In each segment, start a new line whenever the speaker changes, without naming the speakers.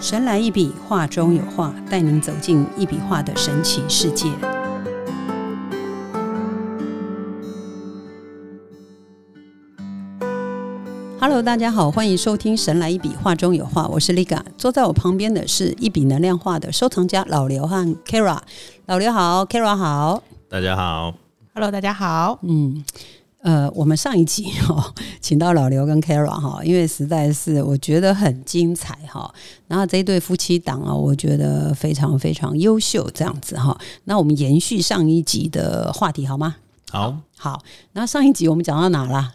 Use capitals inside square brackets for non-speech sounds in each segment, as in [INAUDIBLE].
神来一笔，画中有画，带您走进一笔画的神奇世界。Hello，大家好，欢迎收听《神来一笔，画中有画》，我是 Liga，坐在我旁边的是一笔能量画的收藏家老刘和 Kara。老刘好，Kara 好。
大家好，
Hello，大家好。
嗯，呃，我们上一集哈、哦，请到老刘跟 Kara 哈、因为实在是我觉得很精彩哈、然后这一对夫妻档啊，我觉得非常非常优秀，这样子哈、那我们延续上一集的话题好吗？
好，
好，那上一集我们讲到哪啦？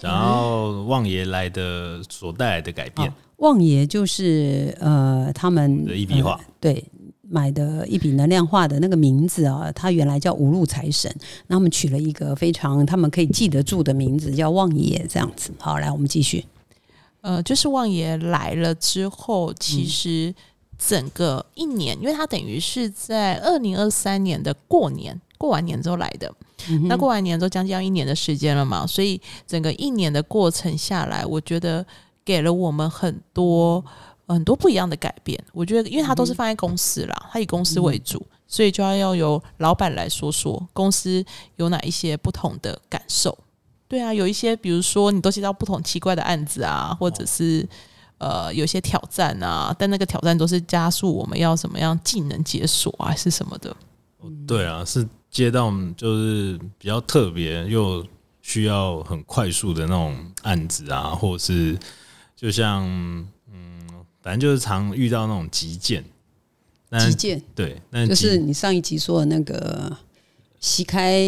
然后望爷来的所带来的改变
哦望爷就是呃，他们
的一笔画
呃，对。买的一笔能量画的那个名字啊，他原来叫无路财神，那他们取了一个非常他们可以记得住的名字，叫望爷这样子。好，来我们继续。
呃，就是望爷来了之后，其实整个一年，因为他等于是在二零二三年的过年，过完年之后来的。
嗯
那过完年之后，将近要一年的时间了嘛，所以整个一年的过程下来，我觉得给了我们很多呃很多不一样的改变。我觉得，因为他都是放在公司啦，他以公司为主，所以就要要由老板来说说公司有哪一些不同的感受。对啊，有一些比如说你都接到不同奇怪的案子啊，或者是、呃有一些挑战啊，但那个挑战都是加速我们要什么样技能解锁啊，还是什么的。
嗯
对啊，是接到就是比较特别又需要很快速的那种案子啊，或者是就像嗯，反正就是常遇到那种急件，
嗯
但
击剑
对，但
就是你上一集说的那个席开，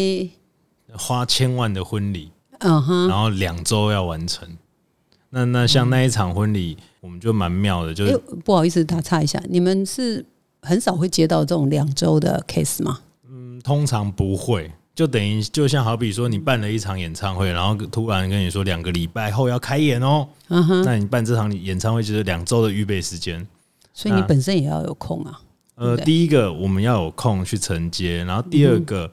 花千万的婚礼，
嗯哼，
然后两周要完成。那那像那一场婚礼，我们就蛮妙的，就
哎、
是
不好意思打岔一下，你们是很少会接到这种两周的 case 吗？
通常不会，就等于就像好比说你办了一场演唱会，然后突然跟你说两个礼拜后要开演哦，
嗯哼，
那你办这场演唱会就是两周的预备时间。
所以你
那
本身也要有空啊。
呃，
对嗯
第一个我们要有空去承接，然后第二个，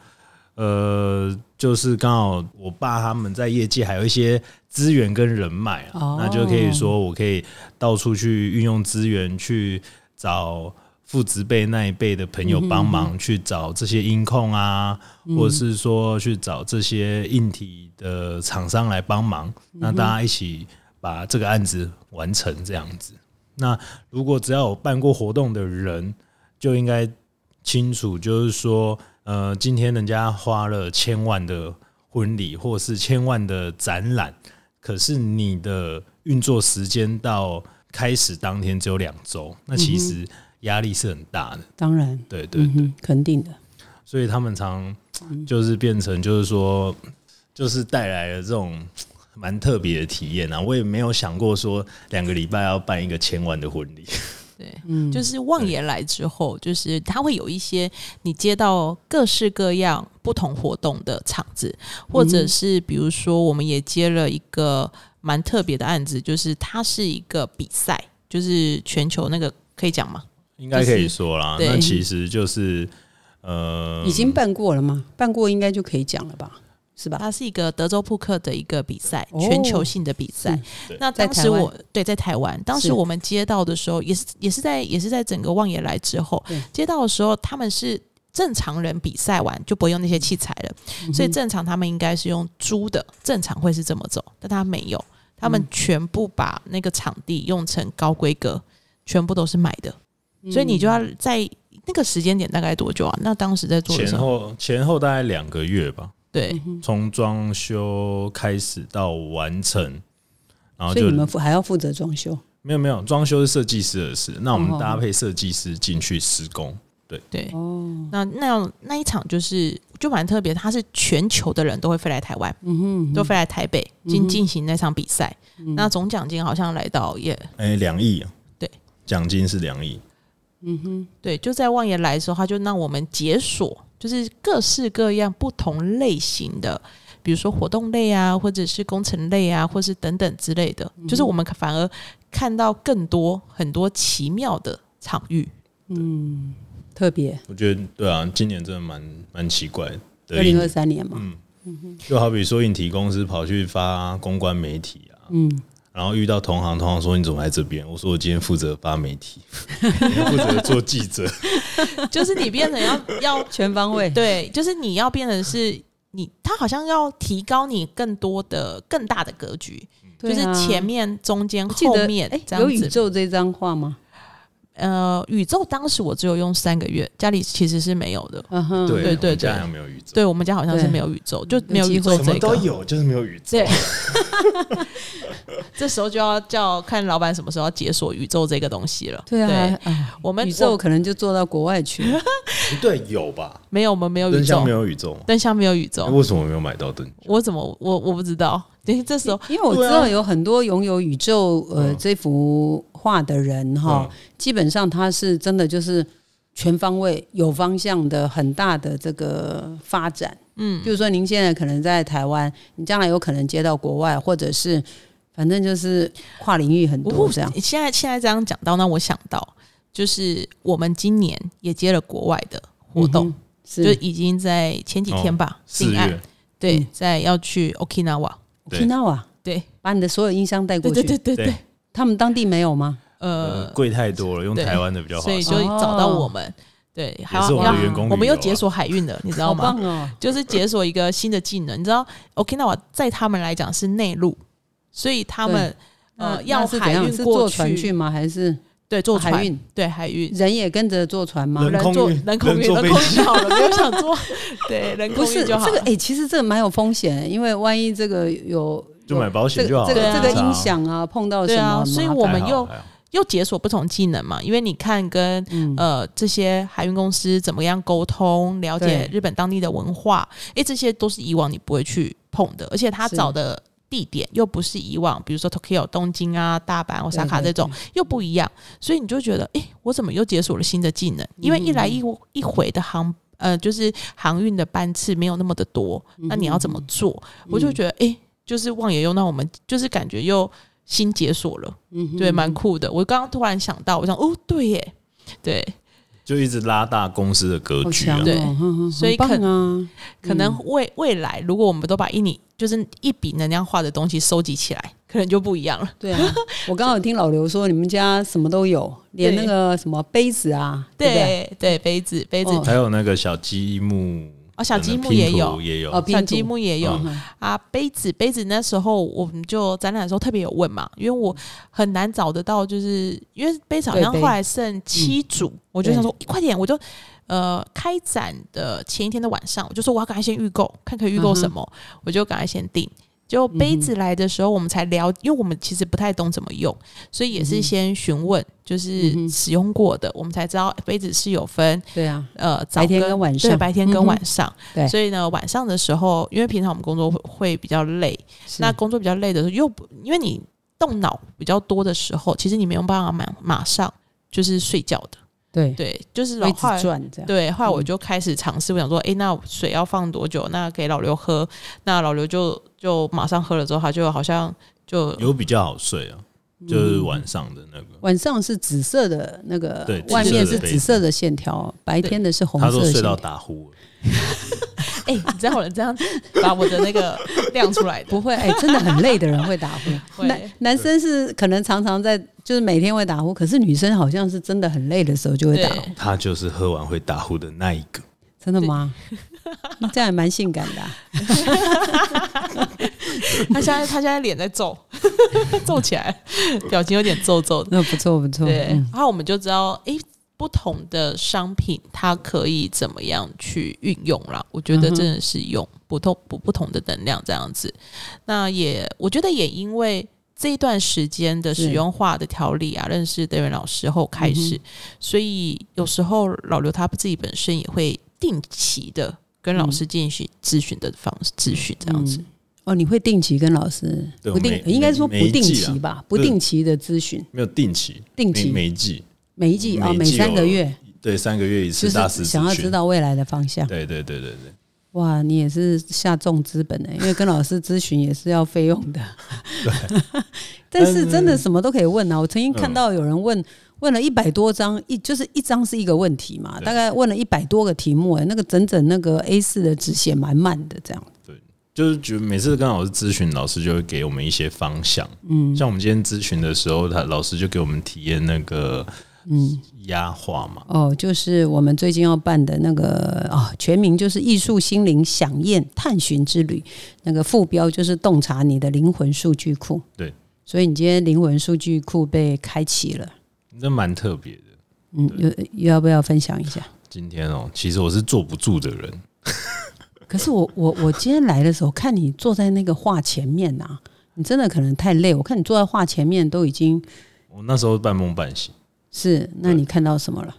呃，就是刚好我爸他们在业界还有一些资源跟人脉啊，
哦
那就可以说我可以到处去运用资源去找父职辈那一辈的朋友帮忙，去找这些音控啊，或者是说去找这些硬体的厂商来帮忙，那大家一起把这个案子完成这样子。那如果只要有办过活动的人，就应该清楚，就是说，呃，今天人家花了千万的婚礼，或是千万的展览，可是你的运作时间到开始当天只有两周，那其实压力是很大的。
当然，
对对
嗯哼，肯定的。
所以他们常就是变成就是说，就是带来了这种蛮特别的体验啊！我也没有想过说两个礼拜要办一个千万的婚礼，
对，就是
嗯
望爷来之后，就是他会有一些你接到各式各样不同活动的场子，或
嗯
者是比如说，我们也接了一个蛮特别的案子，就是它是一个比赛，就是全球那个可以讲吗？
应该可以说啦。
就是对
那其实就是呃，
嗯
已经办过了吗？办过应该就可以讲了吧？是吧？
它是一个德州扑克的一个比赛，
哦
全球性的比赛。
对
那
在
当
台
时
湾
我对在台湾，当
是
时我们接到的时候，也是也是在也是在整个望野来之后
对
接到的时候，他们是正常人比赛完就不会用那些器材了，嗯
嗯
所以正常他们应该是用租的，正常会是这么走，但他没有，他
嗯
们全部把那个场地用成高规格，全部都是买的，
嗯
所以你就要在那个时间点大概多久啊？那当时在做的时
前
候，
后前后大概两个月吧，
嗯
对
从装修开始到完成，然后
所以
就
你们负还要负责装修。
没有没有装修是设计师的事，那我
哦
们搭配设计师进去施工。
对，
哦，
那那那一场就是就蛮特别，它是全球的人都会飞来台湾，
嗯哼，嗯哼嗯
都飞来台北进进行那场比赛。那总奖金好像来到也
哎，两亿啊，
对，
奖金是两亿，
对，就在望爷来的时候，他就让我们解锁，就是各式各样不同类型的，比如说活动类啊，或者是工程类啊，或是等等之类的，
嗯
就是我们反而看到更多很多奇妙的场域。
特别
我觉得对啊，今年真的蛮蛮奇怪的
二
一
零二
年，
嗯
三年嘛，
就好比说硬体公司跑去发公关媒体啊，
嗯，
然后遇到同行，同行说你怎么来这边？我说我今天负责发媒体， [LAUGHS] 负责做记者。
就是你变成要
[LAUGHS]
要
全方位。
对，就是你要变成是你，他好像要提高你更多的更大的格局，
对
就是
啊
前面、中间、
我记
后
得
面
哎
这
有
样
宇
子。
宙这张画吗？
呃，宇宙当时我只有用三个月，家里其实是没有的。
嗯哼，
对
对对
我们家还没有宇宙，
对我们家好像是
对嗯
没有宇宙，就没有
有
宇
机
宙
会
什么
这
都
个。
有，就是没有宇宙。
对， [LAUGHS] 这时候就要叫看老板什么时候要解锁宇宙这个东西了。
对啊，哎
我们
宇宙
我
可能就做到国外
[LAUGHS]
去了。
不对，有吧？
没有，我们没有宇
灯箱
宙
没，有宇宙吗？
灯箱没有宇
哎
宙。
为什么没有买到灯？
我怎么我我不知道？对，这时候
因为我知
对啊
道有很多拥有宇宙呃这幅画的人哈，基本上他是真的就是全方位有方向的很大的这个发展。
嗯
比如说您现在可能在台湾，你将来有可能接到国外，或者是反正就是跨领域很多
我
这样。
现在现在这样讲到，那我想到就是我们今年也接了国外的活动，
嗯哼
就是已经在前几天吧，
哦四
进岸
月
对，
嗯
在要去 Okinawa，
对
听到啊，
对
把你的所有音箱带
对
过
对
去。
对对对
对，
他们当地没有吗？
呃
呃，
贵太多了，用
对
台湾的比较划
所以
算。
就找到我
哦
们，对，还
也是我们
要要
的员工旅游啊，
我们又解锁海运的，你知道
好
吗
棒？哦！
就是解锁一个新的技能，你知道 Okinawa 在他们来讲是内陆，所以他们
那
呃要
那是怎
海
样
运
是
过
坐船去吗？还是
对，坐船
海运？
对海运，
人也跟着坐船吗？
人
人
空
坐
运
人空运，
人坐
人
飞
空运
机
就好了，没有想
[LAUGHS]
做对人
不
空
是
运就好
这个，
了
哎、。其实这个蛮有风险，因为万一这个有
就买保
这
险就
个
好了。
这个
对啊
这个音响啊，碰到什
对
么
啊
很麻烦，
所以我
还
们
好
又
还好
又解锁不同技能嘛，因为你看跟
嗯
呃这些海运公司怎么样沟通，了解
对
日本当地的文化，哎、这些都是以往你不会去碰的，而且他
是
找的地点又不是以往，比如说 Tokyo 东京啊、大阪、
对
Osaka
对
这种又不一样，所以你就觉得，哎、我怎么又解锁了新的技能？因为一来
嗯
一一回的航。呃，就是航运的班次没有那么的多，
嗯
那你要怎么做？我就觉得，哎、就是望野又让我们就是感觉又新解锁了，
嗯
对，蛮酷的。我刚刚突然想到，我想哦，对耶，对，
就一直拉大公司的格
好
局
强
啊
哦，。
对
哼哼
所以
很棒
可
啊，
可能未未来如果我们都把一你就是一笔能量化的东西收集起来，可能就不一样了。
对
[LAUGHS]
啊，我刚好听老刘说你们家什么都有，连那个什么杯子啊，对不对？
对对，杯子杯子，
哦
还有那个小积木
哦小积木
拼
也
图
有呃
也
哦
有，
拼
小
图
积木也有、
嗯
啊，杯子杯子那时候我们就展览的时候特别有问嘛，因为我很难找得到，就是因为杯子好像
对杯嗯
后来剩七组，我就
对
想说快点，我就呃开展的前一天的晚上，我就说我要赶快先预购，看可以预购什
嗯
么，我就赶快先订。结果杯子来的时候，我们才聊，因为我们其实不太懂怎么用，所以也
嗯
是先询问，就是使用过的，我们才知道杯子是有分
对啊，
呃，早
白天跟晚上
对，白天
嗯
跟
哼
晚上，
对
所以呢，晚上的时候，因为平常我们工作会会比较累，
是
那工作比较累的时候，又不因为你动脑比较多的时候，其实你没有办法马马上就是睡觉的，
对，
对，
[LAUGHS]
就是
会
老
一
话
直转这样，
对，后来我
嗯
就开始尝试，我想说，诶，那水要放多久？那给老刘喝，那老刘就就马上喝了之后，他就好像就
有比较好睡啊，就是晚上的那个。
晚上是紫色的那个
对，
外面
紫色
是
的杯子
紫色的线条，白天的是红
他
色
说
的线
睡到
条。
打呼了，
哎、你知道我这样把我的那个亮出来的，
不会，哎、真的很累的人会打呼。
[LAUGHS] 会
男男生是可能常常在，就是每天会打呼，可是女生好像是真的很累的时候就会打哦
对，
呼，
他就是喝完会打呼的那一个。
真的吗？那这样也蛮性感的啊、
[LAUGHS] 他现在他现在脸在皱， [LAUGHS] 皱起来，表情有点皱皱的。
那哦不错不错，
对，
嗯
然后我们就知道，诶，不同的商品它可以怎么样去运用啦。我觉得
嗯哼
真的是用不同不不同的能量这样子。那也我觉得也因为这一段时间的使用化的条理啊，认识德元老师后开
嗯
始，所以有时候老刘他自己本身也会定期的跟老师进行咨询的方式咨询这样子。
嗯哦，你会定期跟老师
对
不定
我，每
应该说不
每
定
每一季啊
期吧，不定期的咨询，
没有定期，
定
每
期
每一季，
每一季啊、哦，
每
每
一季
三个
有
月，
对，三个月一次
就
大师
是想要知道未来的方向。
对对对对对，
哇，你也是下重资本的、欸因为跟老师咨询也是要费用的。但是真的什么都可以问啊！我曾经看到有人问、问了一百多张，一就是一张是一个问题嘛，
对
欸大概问了一百多个题目、哎，那个整整那个 A 四的纸写满满的这样。
对，就是觉得每次跟老师咨询，老师就会给我们一些方向。
嗯
像我们今天咨询的时候，他老师就给我们体验那个
嗯，
压化嘛，
哦，就是我们最近要办的那个啊、全名就是艺术心灵响宴探寻之旅，那个副标就是洞察你的灵魂数据库。
对，
所以你今天灵魂数据库被开启了，
那蛮特别的。
嗯，又要不要分享一下？
今天哦、其实我是坐不住的人，
可是我我我今天来的时候，看你坐在那个画前面呐、你真的可能太累。我看你坐在画前面都已经
我那时候半梦半醒。
是，那你看到什么了？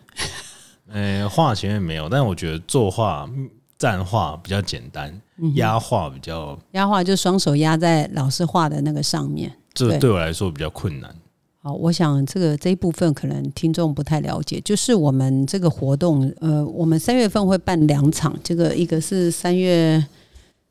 呃，画前面没有，但我觉得作画、嗯站画比较简单，
嗯
压画比较，
压画就双手压在老师画的那个上面。
这
对
对我来说比较困难。
好，我想这个这一部分可能听众不太了解，就是我们这个活动，呃，我们三月份会办两场，这个一个是三月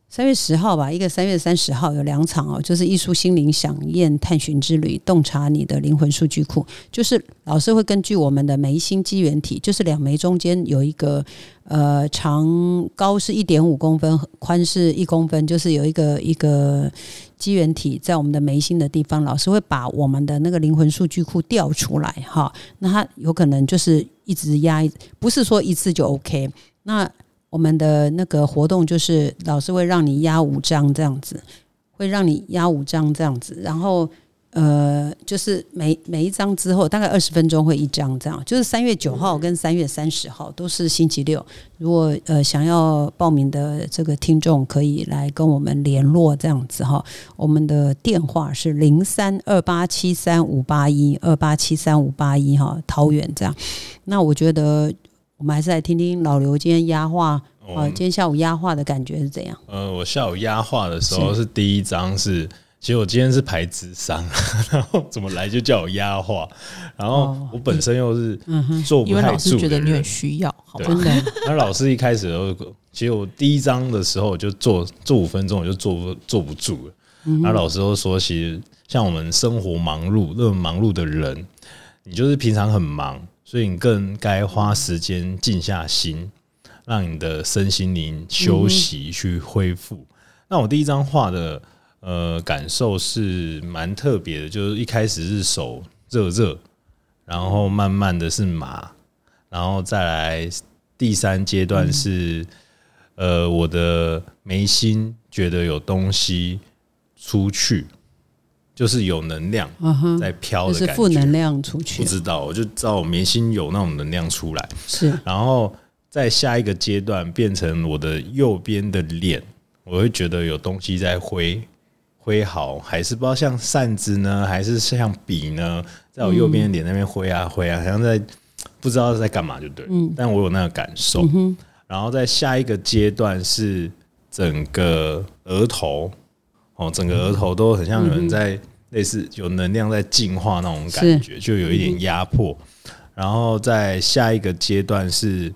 三月十号吧，一个三月三十号有两场哦，就是艺术心灵响宴探寻之旅，洞察你的灵魂数据库，就是老师会根据我们的眉心肌原体，就是两眉中间有一个呃长高是一点五公分，宽是一公分，就是有一个一个机缘体在我们的眉心的地方，老师会把我们的那个灵魂数据库调出来哈。那它有可能就是一直压，不是说一次就 OK。那我们的那个活动就是老师会让你压五张这样子，会让你压五张这样子，然后。呃，就是每每一张之后大概二十分钟会一张这样，就是三月九号跟三月三十号都是星期六。如果呃想要报名的这个听众可以来跟我们联络这样子哈。我们的电话是零三二八七三五八一二八七三五八一哈，桃园这样。那我觉得我们还是来听听老刘今天压话啊，
我
今天下午压话的感觉是怎样？
呃，我下午压画的时候是第一张是，其实我今天是排智商， [LAUGHS] 然后怎么来就叫我压画，然后
哦
我本身又是坐
嗯
不
因为
太
老
住
师觉
的
得你
人
很，需要，好
对
吗？
真的，
[LAUGHS] 那老师一开始的时候，其实我第一章的时候我就坐坐五分钟，我就坐不坐不住了。
嗯
然后老师都说，其实像我们生活忙碌、那么忙碌的人，你就是平常很忙，所以你更该花时间静下心，让你的身心灵
嗯
休息去恢复。那我第一张画的呃感受是蛮特别的，就是一开始是手热热，然后慢慢的是麻，然后再来第三阶段
嗯
是、呃我的眉心觉得有东西出去，就是有能量
嗯哼，
在飘
就
的
是
感觉。
负能量出
不
去，
知道，我就知道我眉心有那种能量出来，
是
然后在下一个阶段变成我的右边的脸，我会觉得有东西在挥挥毫，还是不知道像扇子呢，还是像笔呢，在我右边的脸那边挥啊挥啊，好像在不知道在干嘛，就对了。但我有那个感受。然后在下一个阶段是整个额头，哦，整个额头都很像有人在类似有能量在进化那种感觉，就有一点压迫。然后在下一个阶段是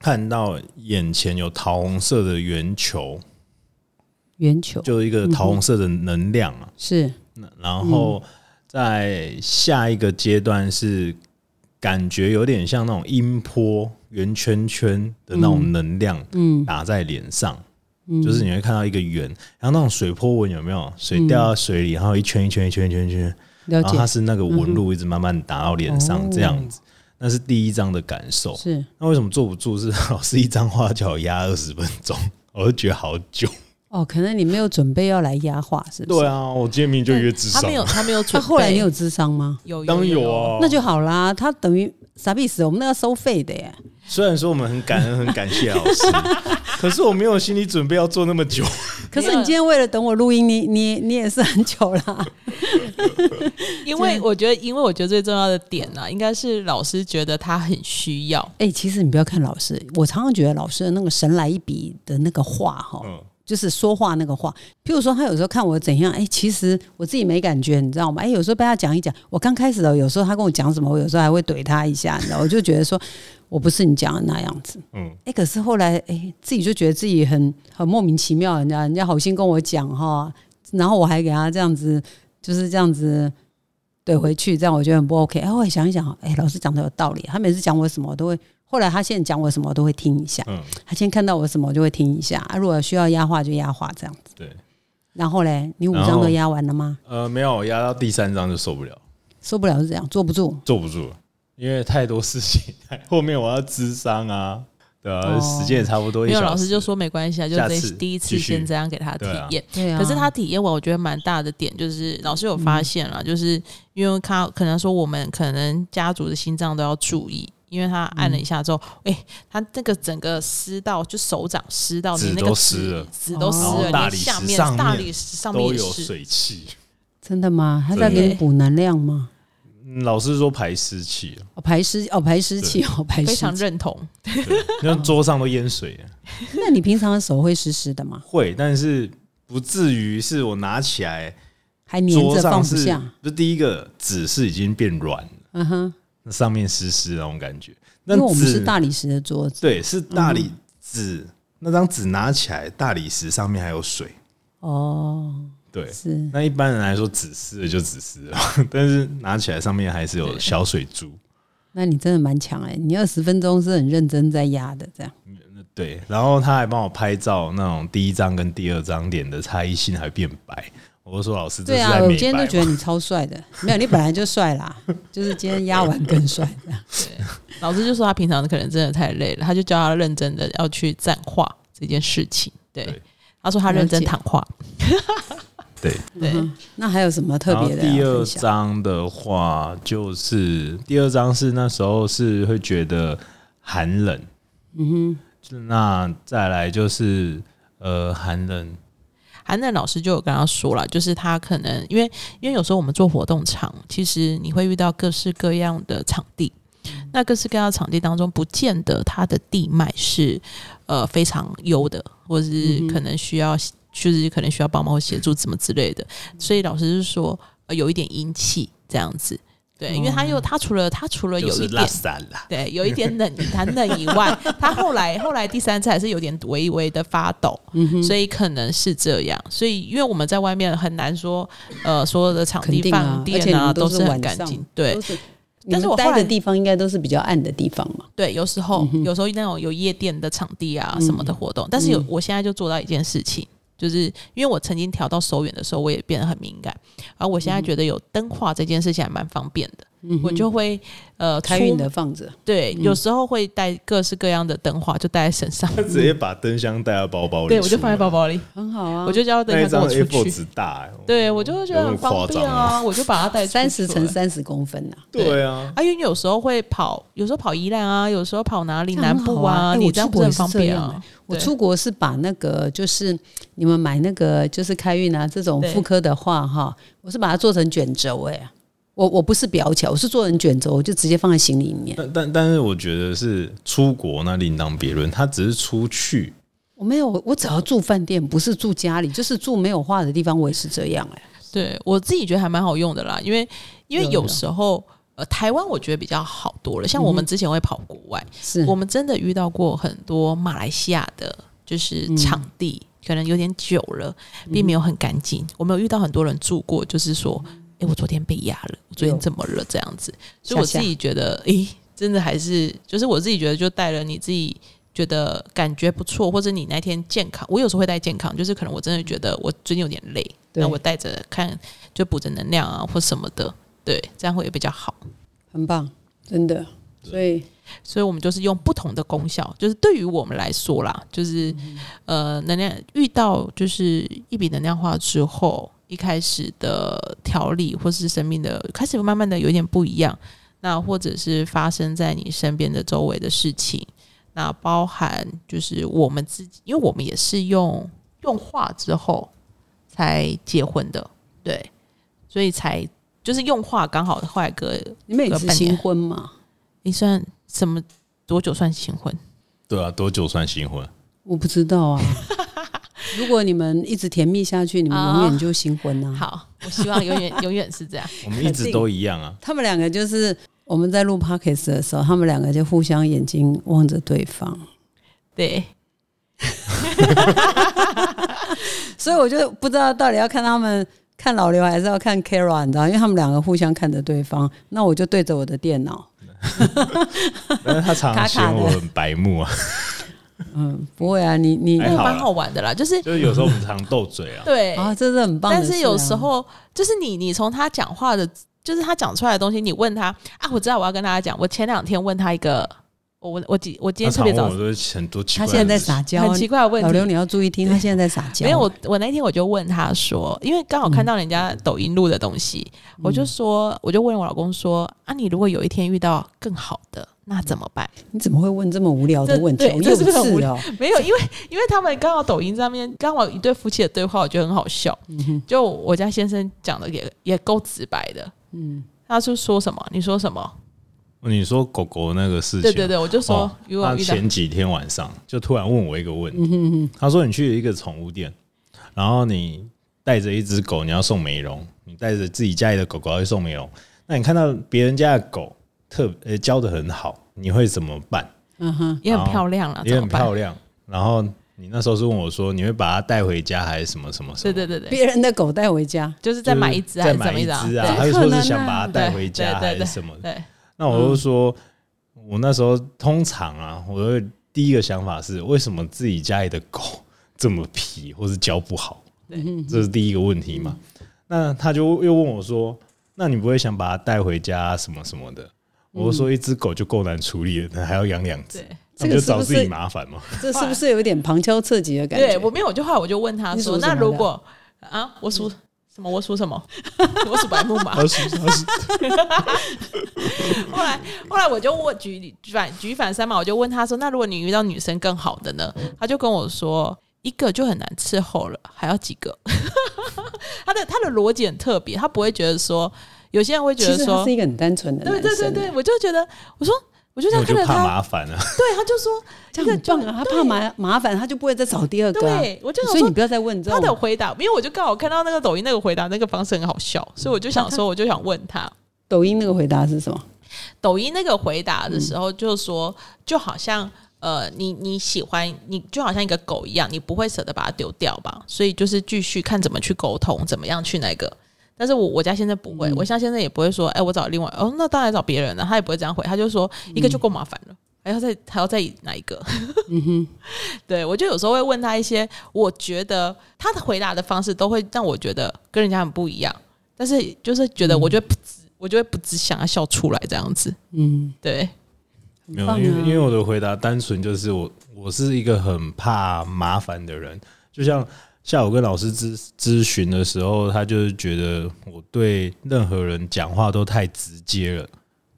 看到眼前有桃红色的圆球，
圆球，
就是一个桃红色的能量啊。
是
那然后在下一个阶段是感觉有点像那种音波圆圈圈的那种能量
嗯
打在脸上，
嗯，
就是你会看到一个圆，然后那种水波纹有没有？水掉到水里，然后一圈一圈一圈一圈一圈，
了
然后
解
它是那个纹路一直慢慢打到脸上
哦
这样子。那是第一张的感受，
是
那为什么坐不住？是老师一张画叫我压二十分钟， [LAUGHS] 我就觉得好久。
哦，可能你没有准备要来压化，是不是？
对啊，我今天明明就约智商
[LAUGHS] 他，没有，他没有
那
准备。
后来你有智商吗？
有
当然有
有，
啊。
那就好啦，他等于啥意思？我们那要收费的耶。
虽然说我们很感恩、很感谢老
[LAUGHS]
师，可是我没有心理准备要做那么久。
可是你今天为了等我录音，你你你也是很久啦。
因为我觉得，因为我觉得最重要的点呢、应该是老师觉得他很需要。
哎、其实你不要看老师，我常常觉得老师的那个神来一笔的那个话哈，
嗯，
就是说话那个话。譬如说，他有时候看我怎样，哎、其实我自己没感觉，你知道吗？哎、有时候被他讲一讲，我刚开始的，有时候他跟我讲什么，我有时候还会怼他一下，你知道，我就觉得说我不是你讲的那样子。
嗯，
哎、可是后来哎、自己就觉得自己很很莫名其妙，人家人家好心跟我讲哈，然后我还给他这样子，就是这样子怼回去，这样我觉得很不 OK。哎、后来想一想，哎、老师讲的有道理，他每次讲我什么，我都会。后来他现在讲我什么我都会听一下，
嗯，
他先看到我什么我就会听一下，啊，如果需要压话就压话这样子。
对，
然后嘞，你五
然
张
后
都压完了吗？
呃，没有，压到第三章就受不了，
受不了是这样，坐不住。
坐不住了，因为太多事情，后面我要智商啊，对啊，
哦
时间也差不多一
没
小
有
时。
老师就说没关系啊，就
下
这
次
第一次
继续
先这样给他体
对啊
验。
对啊，
可是他体验完，我觉得蛮大的点就是，老师有发现了，就是因为他可能说我们可能家族的心脏都要注意，因为他按了一下之后，哎、他那个整个湿到就手掌湿到你
纸
那个
都
纸
湿了
纸都湿
然后
了，
大
你
理
下
石
面
上
大
面
理石上面
都
也
有
是。
水汽，
真的吗？他在
真的
给你补能量吗？
嗯老师说排湿气了，
哦，排湿哦，排湿气哦，排
非
湿
常
气。
认同，
对那桌上都淹水 [LAUGHS] 了，
那你平常的手会湿湿的吗？
会，但是不至于是我拿起来
还粘
桌
着放
上
不
是
下？，
就第一个纸是已经变软了，
嗯哼，
那上面湿湿那种感觉，
因
那
为我们
纸
是大嗯理石的桌子
对，是大理纸、那张纸拿起来，大理石上面还有水。
哦，
对，
是
那一般人来说纸湿了就纸湿了， [LAUGHS] 但是拿起来上面还是有小水珠。
那你真的蛮强哎，你二十分钟是很认真在压的，这样
对，然后他还帮我拍照，那种第一张跟第二张脸的差异性还变白。我就说老师，这
对
是
啊，
在
我
美
今天就
白
觉
吗？
得你超帅的，没有你本来就帅
[LAUGHS]
啦，就是今天压完更帅这样。
老师就说他平常可能真的太累了，他就教他认真的要去站画这件事情。对，
对
他说他认真
了解
躺画，
对。
对，
嗯那还有什么特
然后
别的
第
要
二
分享？
张的话，就是第二张是那时候是会觉得寒冷，
嗯
那再来就是呃寒冷，
韩正老师就有跟他说了，就是他可能因为因为有时候我们做活动场，其实你会遇到各式各样的场地，
嗯
那各式各样的场地当中，不见得它的地脉是呃非常优的，或是
嗯
可能需要就是可能需要帮忙或协助什么之类的，
嗯
所以老师是说、呃、有一点阴气这样子，对，因为他又他除了他除了有
哦就
一
是
点
拉散啦。
对，有一点冷，他冷以外，他后来后来第三次还是有点微微的发抖，
嗯
所以可能是这样。所以因为我们在外面很难说，呃，所有的场
肯
地
定啊
放
而
电
且你
啊
们都是
是很
晚
干
上
净，
哼，
对
都是。
但是
你们
我后
待
来
的地方应该都是比较暗的地方嘛。
对，有时
嗯
候有时候那种有夜店的场地啊什么的活动，但是有
嗯
我现在就做到一件事情。就是因为我曾经调到手远的时候，我也变得很敏感，而我现
嗯
在觉得有灯画这件事情还蛮方便的，我就会呃
开
出
运的嗯放着，
对，有时候会带各式各样的灯画，就带在身
[LAUGHS]
上。
[LAUGHS] 他直接把灯箱带到包包里，
对，我就放在包
包。
包里，
很好啊。
我就叫他等
那
一
一
下跟
张
我
A4
出去。
纸大、欸，
对，我就会觉得很方便
有那么夸
啊，我就把它带出去
三十乘。
欸
三十公分呐、
对啊，
啊，因为有时候会跑，有时候跑宜兰啊，有时候跑哪里
这样
南
很好
部
啊哎
你
我
这样
出
不
国
是很
也是
方
这
便
样欸
啊？
我
对
出国是把那个，就是你们买那个，就是开运啊这种
对
妇科的话，哈，我是把它做成卷轴、哎，我我不是裱起来，我是做成卷轴，我就直接放在行李里面。
但但但是我觉得是出国那另当别论，他只是出去，
我没有，我我只要住饭店，不是住家里，就是住没有画的地方，我也是这样、哎，
对我自己觉得还蛮好用的啦，因为因为
有
有
有
时候呃，台湾我觉得比较好多了，像我
嗯
们之前会跑国外，
是
我们真的遇到过很多马来西亚的，就是场地、可能有点久了，并没有很干净。我们有遇到很多人住过，就是说，哎、我昨天被压了，我昨天怎么了这样子。所以我
吓吓
自己觉得，诶、真的还是就是我自己觉得，就带了你自己。觉得感觉不错，或者你那天健康，我有时候会带健康，就是可能我真的觉得我最近有点累，
对
那我带着看就补着能量啊或什么的，对，这样会比较好。
很棒，真的。所以
所以我们就是用不同的功效，就是对于我们来说啦，就是、呃，能量遇到就是一笔能量化之后，一开始的调理或是生命的开始慢慢的有点不一样，那或者是发生在你身边的周围的事情，那包含就是我们自己，因为我们也是用用化之后才结婚的，对，所以才就是用化刚好坏个
你们也
隔
是
半年
新婚嘛？
你算什么？多久算新婚？
对啊，多久算新婚？
我不知道
[LAUGHS]
啊。如果你们一直甜蜜下去，你们永远就新婚啊。
好，我希望永远永远
[LAUGHS]
是这样。
我们一直都一样啊，
他们两个就是我们在录 podcast 的时候，他们两个就互相眼睛望着对方，
对，
所以我就不知道到底要看他们看老刘还是要看 Kara，你知道，因为他们两个互相看着对方，那我就对着我的电脑，
但是他常常嫌我很白目啊， [LAUGHS]
嗯，不会啊，你你
还
那
哎好啦
蛮好玩的啦，就是
就是有时候我们常斗嘴啊。
对，
啊，这是很棒的
但
事啊、
是有时候就是你你从他讲话的，就是他讲出来的东西，你问他啊，我知道我要跟大家讲，我前两天问他一个，我问我今我今
他常
天特别
问
早
我都很多奇
他
怪
现
的事情，
在在撒娇，
很奇怪的问
老刘
题。
你要注意听，他现在在撒娇。
没有，我我那天我就问他说，因为刚好
嗯
看到人家抖音录的东西，我就说，我就问我老公说，啊，你如果有一天遇到更好的，那怎么办？
你怎么会问这么无聊的
这
问题？
对
好
这
幼
是不是很无
稚哦，
[LAUGHS] 没有，因为因为他们刚好抖音上面刚好一对夫妻的对话，我觉得很好笑。
嗯
就我家先生讲的也也够直白的，
嗯，
他就说什么你说什么，
哦你说狗狗那个事情，
对对对，我就说、
哦
如果
他
遇到嗯
前几天晚上就突然问我一个问题，他说你去一个宠物店，然后你带着一只狗，你要送美容，你带着自己家里的狗狗要去送美容，那你看到别人家的狗特呃教的很好，你会怎么办？
嗯哼，
也很漂亮了，
哦
啊
也
怎
很
么办？
漂亮。然后你那时候是问我说，你会把它带回家还是什么什么什
对
么？
对对对，
别人的狗带回家，
就是再买一只还
再
是怎
买
么
一
样
只
怎
啊
么？
他就
可
说
能
是
啊
想把它带
对
回家
对对
还是
对
什么的
对？对，
那我就说，我那时候通常啊，我的第一个想法是，为什么自己家里的狗这么皮，或是教不好？这是第一个问题嘛。那他就又问我说：“那你不会想把它带回家、什么什么的？”我就说：“一只狗就够难处理了，那还要养两只，
对
那
这个
不嗯就是找
不
自己
是
麻烦嘛。
这是不是有点旁敲侧击的感
对，
觉？
我没有，我就后来我就问他
你
说，
属什
那
么
如
的
果啊，我属什么？我
[LAUGHS]
属什么？我属白木
[LAUGHS]
马。
他是他是
[LAUGHS] 后来后来我就问举举反举反三嘛，我就问他说，那如果你遇到女生更好的呢？他就跟我说。一个就很难伺候了，还要几个？ [LAUGHS] 他的他的逻辑很特别，他不会觉得说，有些人会觉
其
得
实
说
他是，一个很单纯的男
对
生，
对对对，我就觉得，我说我就这
我
样
就
看着
怕
他，
麻烦啊。
对，他就说
这样很棒啊！他怕麻麻烦，他就不会再找第二个啊。
对我就想
所以
说
你不要再问这
他
种
的回答，因为我就刚好看到那个抖音那个回答那个方式很好笑，所以我就想说，我就想问他，
抖音那个回答是什么？
抖音那个回答的时候就说，就好像呃，你你喜欢你就好像一个狗一样，你不会舍得把它丢掉吧？所以就是继续看怎么去沟通，怎么样去那个。但是我我家现在不会，我家现在也不会说，哎、我找另外哦，那当然找别人了、他也不会这样回，他就说一个就够麻烦了。还要再还要再哪一个？ [LAUGHS] 对我就有时候会问他一些，我觉得他的回答的方式都会让我觉得跟人家很不一样，但是就是觉得我就会不知，我就会不知想要笑出来这样子。
嗯，
对，
没有，
棒啊
因为因为我的回答单纯就是我我是一个很怕麻烦的人，就像下午跟老师咨咨询的时候，他就是觉得我对任何人讲话都太直接了，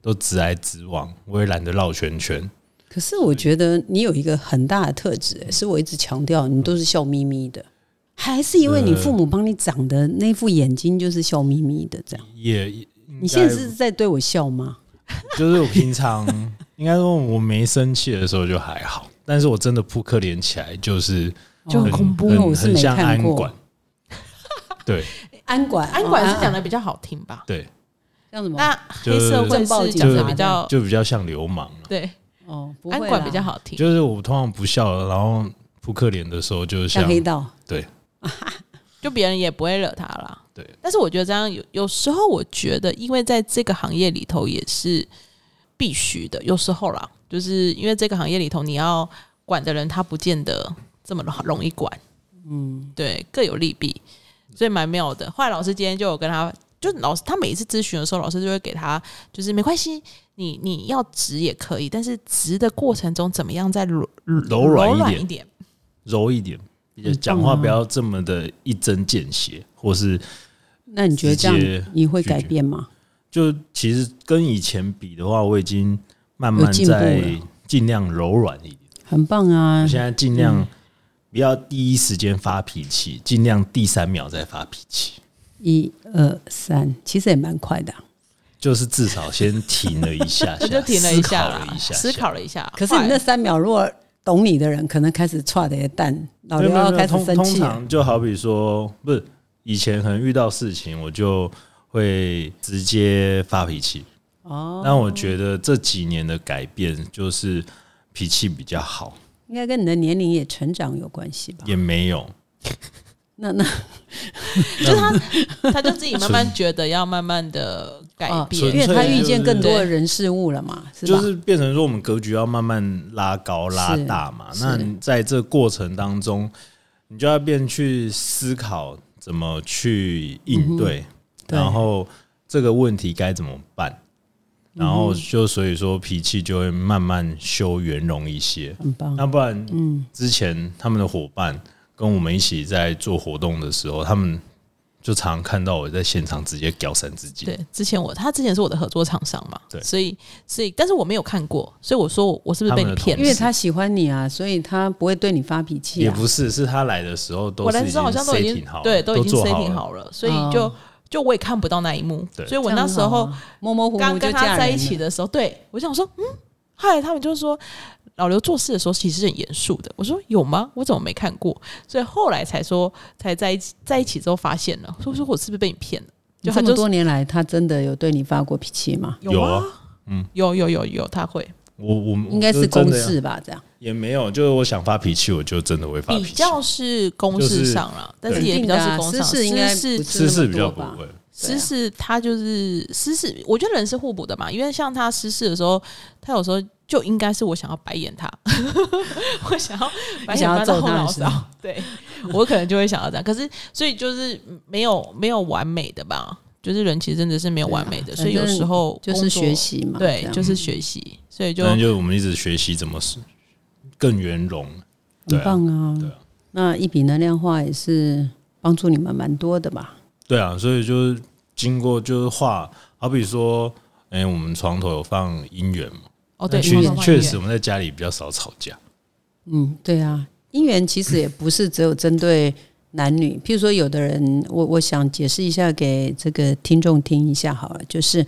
都直来直往，我也懒得绕圈圈。
可是我觉得你有一个很大的特质、欸，是我一直强调，你都是笑眯眯的，还是因为你父母帮你长的那副眼睛就是笑眯眯的这样？
也应
你现在
该
是在对我笑吗？
就是我平常 [LAUGHS] 应该说我没生气的时候就还好，但是我真的扑克脸起来就是
就
很
很恐怖
很
我是
很
没
像
看
安
过
管。。对
安管，啊
安管是讲
的
的比较好听吧？
对，
叫什么？
那黑社会是讲的比较
就比较像流氓了。
对，
哦，不会
安
啦
管比较，好听。
就是我通常不笑，然后扑克脸的时候就是
像
像
黑道。
就别人也不会惹他啦。
对，
但是我觉得这样有有时候，我觉得因为在这个行业里头也是必须的，有时候啦，就是因为这个行业里头你要管的人，他不见得这么容易管。嗯，对，各有利弊，所以蛮妙的。后来老师今天就有跟他。就老师，他每一次咨询的时候，老师就会给他，就是没关系，你你要直也可以，但是直的过程中怎么样再柔
柔软一点
一点，
柔一点，讲话不要这么的一针见血，或是
那你觉得这
直接
样你会
拒绝
改变吗？
就其实跟以前比的话，我已经慢慢
有进步
在
了
尽量柔软一点，
很棒啊
嗯
我！现在尽量不要第一时间发脾气，尽量第三秒再发脾气，
一二三，其实也蛮快的啊、
就是至少先停了一下下，
[LAUGHS] 我就停了一下
思考
啦
了一下下，
思考了一下。
可是你
后
那
来
三秒，如果懂你的人，可能开始踹的也淡，老
没
刘
有没
哦
有
要
没有
开始
通
生
通
气了。
常就好比说，不是以前可能遇到事情，我就会直接发脾气。
哦，
但我觉得这几年的改变就是脾气比较好，
应该跟你的年龄也成长有关系吧？
也没有。
那那
就他他就自己慢慢觉得要慢慢的改
哦
变，
纯
因为
粹
他遇见更多
对
的人事物了嘛，是
就
吧？
是变成说我们格局要慢慢拉高拉
是
大嘛。
是
那你在这过程当中，你就要变去思考怎么去应对，
嗯对
然后这个问题该怎么办。然
嗯
后就所以说脾气就会慢慢修圆融一些，
很棒，
那不然，
嗯
之前他们的伙伴跟我们一起在做活动的时候，他们就常看到我在现场直接屌闪自己。
对，之前我他之前是我的合作厂商嘛，
对
所以所以但是我没有看过，所以我说我我是不是
他
被你
们的
骗
同
因
了
事？
为他喜欢你啊，所以他不会对你发脾气
也
啊。
不是，是他来的时候都
我
是
来
已
的
经
时候好像都已
setting
经
好了
对都已经
做
setting
好了。
好了，所以就、
哦
就我也看不到那一幕，
对
所以我那时候
这样很好啊模模糊糊
刚
就
跟
嫁
他
人
在一起
了，
的时候，对我想说，嗯，嗨，他们就说老刘做事的时候其实是很严肃的。我说有吗？我怎么没看过？所以后来才说才在一起，在一起之后发现了，说说我是不是被你骗了？就
就
他
这
就
么
说
多年来，他真的有对你发过脾气吗？
有
有啊
啊，嗯，有有有有，他会
我我
应该
我
是
就真
公
的
事吧，这样
也没有，就是我想发脾气，我就真的会发
比
脾气。
较是公
就
事
是
上了，但是
对
也
一
比
定
较
的
是
啊
公
私
上，
事应该
私
不
事
是
私事比较
这么
不
多吧
会，
对
私
啊
事他就是私事，我觉得人是互补的嘛。因为像他私事的时候，他有时候就应该是我想要白眼他， [LAUGHS] 我想要白眼
想要
到
揍
后
他
脑
是
勺
吗，
对我可能就会想要这样。可是所以就是没有没有完美的吧，就是人其实真的是没有完美的，
对啊
所以有时候
就
工
是
作
学，习嘛，这
对，
样
就是学习，所以就
但就是我们一直学习怎么是更圆融。对
很
啊
棒啊
对啊。
那一笔能量化也是帮助你们蛮多的吧？
对啊，所以就是经过就是画，好比说，哎、我们床头有放姻缘嘛，
哦对，
那确
慢慢
确
练
实我们在家里比较少吵架。
嗯，对啊，姻缘其实也不是只有针对男女，譬如说有的人，我我想解释一下给这个听众听一下好了，就是。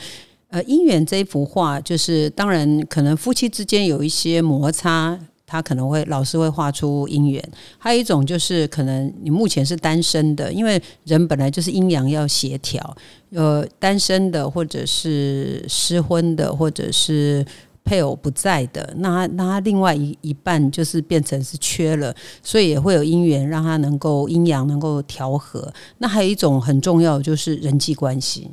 呃，姻缘这一幅画，就是当然可能夫妻之间有一些摩擦，他可能会老师会画出姻缘。还有一种就是可能你目前是单身的，因为人本来就是阴阳要协调。呃，单身的或者是失婚的，或者是配偶不在的，那他那他另外一一半就是变成是缺了，所以也会有姻缘让他能够阴阳能够调和。那还有一种很重要的就是人际关系，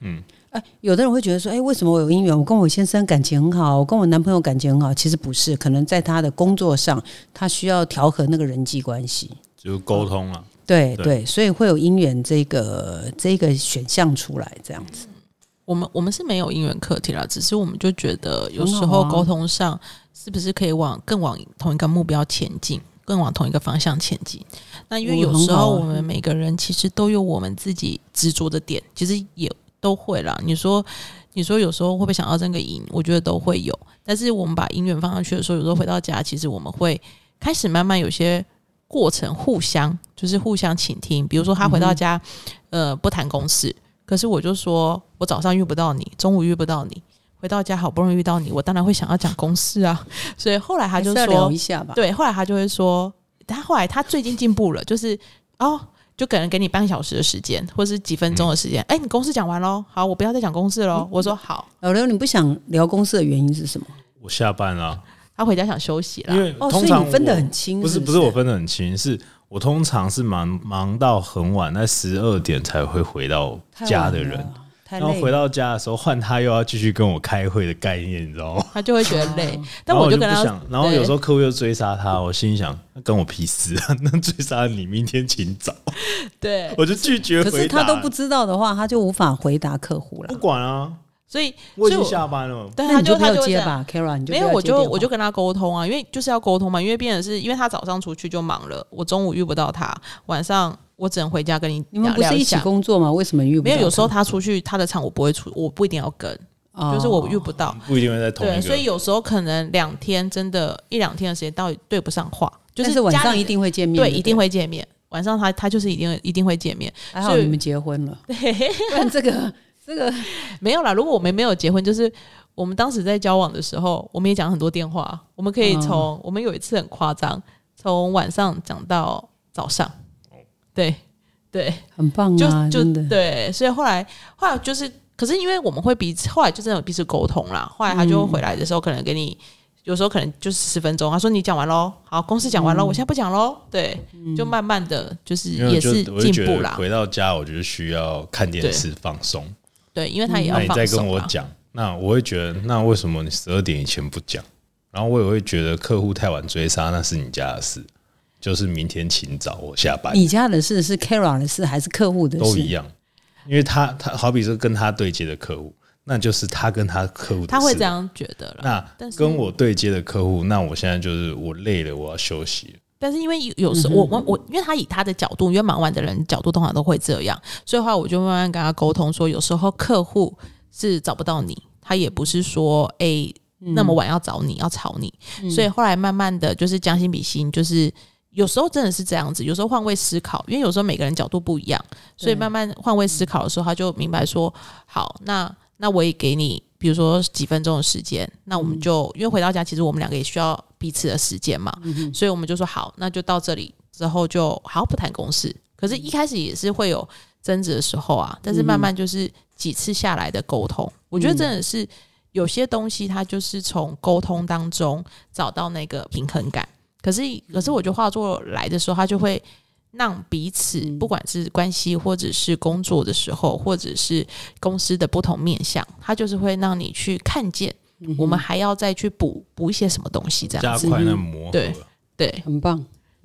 嗯，
哎，有的人会觉得说，哎，为什么我有姻缘？我跟我先生感情很好，我跟我男朋友感情很好，其实不是，可能在他的工作上，他需要调和那个人际关系。
就是沟通啊。
哦
对
对
对，所以会有姻缘这个这个选项出来，这样子。
我们我们是没有姻缘课题啦，只是我们就觉得有时
很好
候
啊
沟通上是不是可以往更往同一个目标前进，更往同一个方向前进。那因为
嗯
有时
很好
候
啊
我们每个人其实都有我们自己执着的点，其实也都会啦。你说你说有时候会不会想要争个赢？我觉得都会有。但是我们把姻缘放上去的时候，有时候回到家，其实我们会开始慢慢有些过程互相就是互相倾听。比如说他回
嗯
到家，呃，不谈公事，可是我就说我早上遇不到你，中午遇不到你，回到家好不容易遇到你，我当然会想要讲公事啊。 [LAUGHS] 所以后来他就
还是要
说
聊一，下吧。
对，后来他就会说，他后来他最近进步了，就是哦。就可能给你半小时的时间，或是几分钟的时间。
嗯
哎、你公事讲完喽，好，我不要再讲公事喽。我说好，
老刘，你不想聊公司的原因是什么？
我下班了、
他回家想休息啦
因。为
哦，
通
所以
常
你分得
我
很清，
不是
是
不是我分得很清，是我通常是忙忙到很晚，在十二点才会回到家的人。，
太
然
晚了
后
太累
回
了。
到家的时候，换他又要继续跟我开会的概念，你知道吗？
他就会觉得累
哦。
但
啊然后
我
我
就
不
跟他，
想，然后有时
候
候客户又追杀他，我心里想，那跟我屁事啊！ [LAUGHS] 那追杀你，明天请早，
对，
我就拒绝
可
回
是
答。
他都不知道的话，他就无法回答客户
不
了。
管啊，
所以
我已经
所以
下班了。
对，
那
哦他
你就没
他
有
就会
接
这样。
吧，Kara，你就
没
不
有，
要
我
接
就
电话
我就跟他沟通啊，因为就是要沟通嘛，因为变成是因为他早上出去就忙了，我中午遇不到他，晚上我只能回家跟你
你们
聊
不
聊
是一
一
起
下。
工作吗？为什么遇不
没
到？
有，有时候他出去他的场我不会出，我不一定要跟，
哦
就是我遇不到。
不一定会在同一
对，
个，
所以有时候可能两天真的，一两天的时间到底对不上话，就
但是晚
家
上
里
一定会见面，
对，
不
一定。会见面。晚上他他就是一定一定会见面，
还好
所以
你们结婚
[LAUGHS]
了，不然这个这个
没有啦，如果我们没有结婚，就是我们当时在交往的时候，我们也讲很多电话。我们可
嗯
以从、我们有一次很夸张，从晚上讲到早上。对对，
很棒
就、
啊，
就
哦真的。
对，所以后来后来
嗯
就是，可是因为我们会彼此，后来就真的有彼此沟通啦。后来他就回来的时候，可能给你。有时候可能就是十分钟，他说你讲完喽，好，公司讲完喽，
嗯
我现在不讲喽，对，就慢慢的就是
因为
也
我就是我就
进
觉
步
得
啦，
回到家，我就是需要看电视放松。
对，因为他也要
那你再
放
跟
松
我
啊。
讲，那我会觉得，那为什么你十二点以前不讲？然后我也会觉得客户太晚追杀，那是你家的事，就是明天请早我下班
你家的事是 Kara 的事还是客户的事？
都一样，因为他他好比是跟他对接的客户，那就是他跟他客户的
他会
事
这。样觉得了，
那
但是
跟我对接的客户，那我现在就是我累了，我要休息了。
但是因为有有时候我我我，因为他以他的角度，因为忙完的人角度通常都会这样，所以的话我就慢慢跟他沟通说，有时候客户是找不到你，他也不是说哎、那么晚要找你要吵你，所以后来慢慢的就是将心比心，就是。有时候真的是这样子，有时候换位思考，因为有时候每个人角度不一样，所以慢慢换位思考的时候，他就明白说，好，那那我也给你，比如说几分钟的时间，那我们就、因为回到家，其实我们两个也需要彼此的时间嘛，所以我们就说好，那就到这里之后就好不谈公事。可是，一开始也是会有争执的时候啊，但是慢慢就是几次下来的沟通，我觉得真的是有些东西它就是从沟通当中找到那个平衡感。可是，可是我觉得画作来的时候，它就会让彼此，不管是关系或者是工作的时候，或者是公司的不同面向，它就是会让你去看见，
嗯
我们还要再去补补一些什么东西，嗯这样嗯
加
子。
快那磨合。
对对
很棒。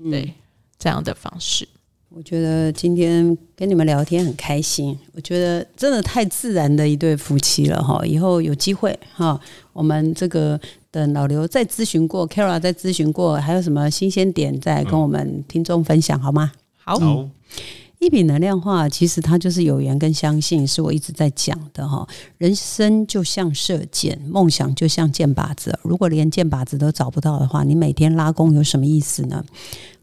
对，这样的方式。
我觉得今天跟你们聊天很开心，我觉得真的太自然的一对夫妻了哈。以后有机会哈，我们这个等老刘再咨询过，Kara 再咨询过，还有什么新鲜点再跟我们听众分享好吗？
好，
好，
一笔能量化，其实它就是有缘跟相信，是我一直在讲的哈。人生就像射箭，梦想就像箭靶子，如果连箭靶子都找不到的话，你每天拉弓有什么意思呢？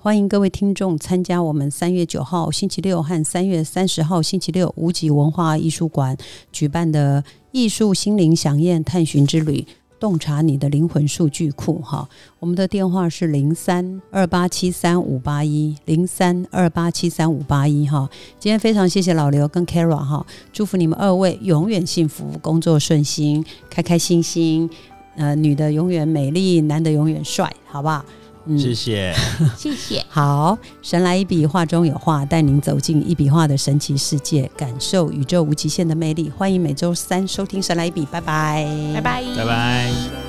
欢迎各位听众参加我们三月九号星期六和三月三十号星期六无极文化艺术馆举办的艺术心灵响宴探寻之旅。洞察你的灵魂数据库，哈，我们的电话是零三二八七三五八一零三二八七三五八一，哈。今天非常谢谢老刘跟 Kara 哈，祝福你们二位永远幸福，工作顺心，开开心心。呃，女的永远美丽，男的永远帅，好不好？嗯
谢谢。
谢谢，
好，神来一笔，画中有画，带您走进一笔画的神奇世界，感受宇宙无极限的魅力。欢迎每周三收听《神来一笔》，拜拜，
拜拜，
拜拜。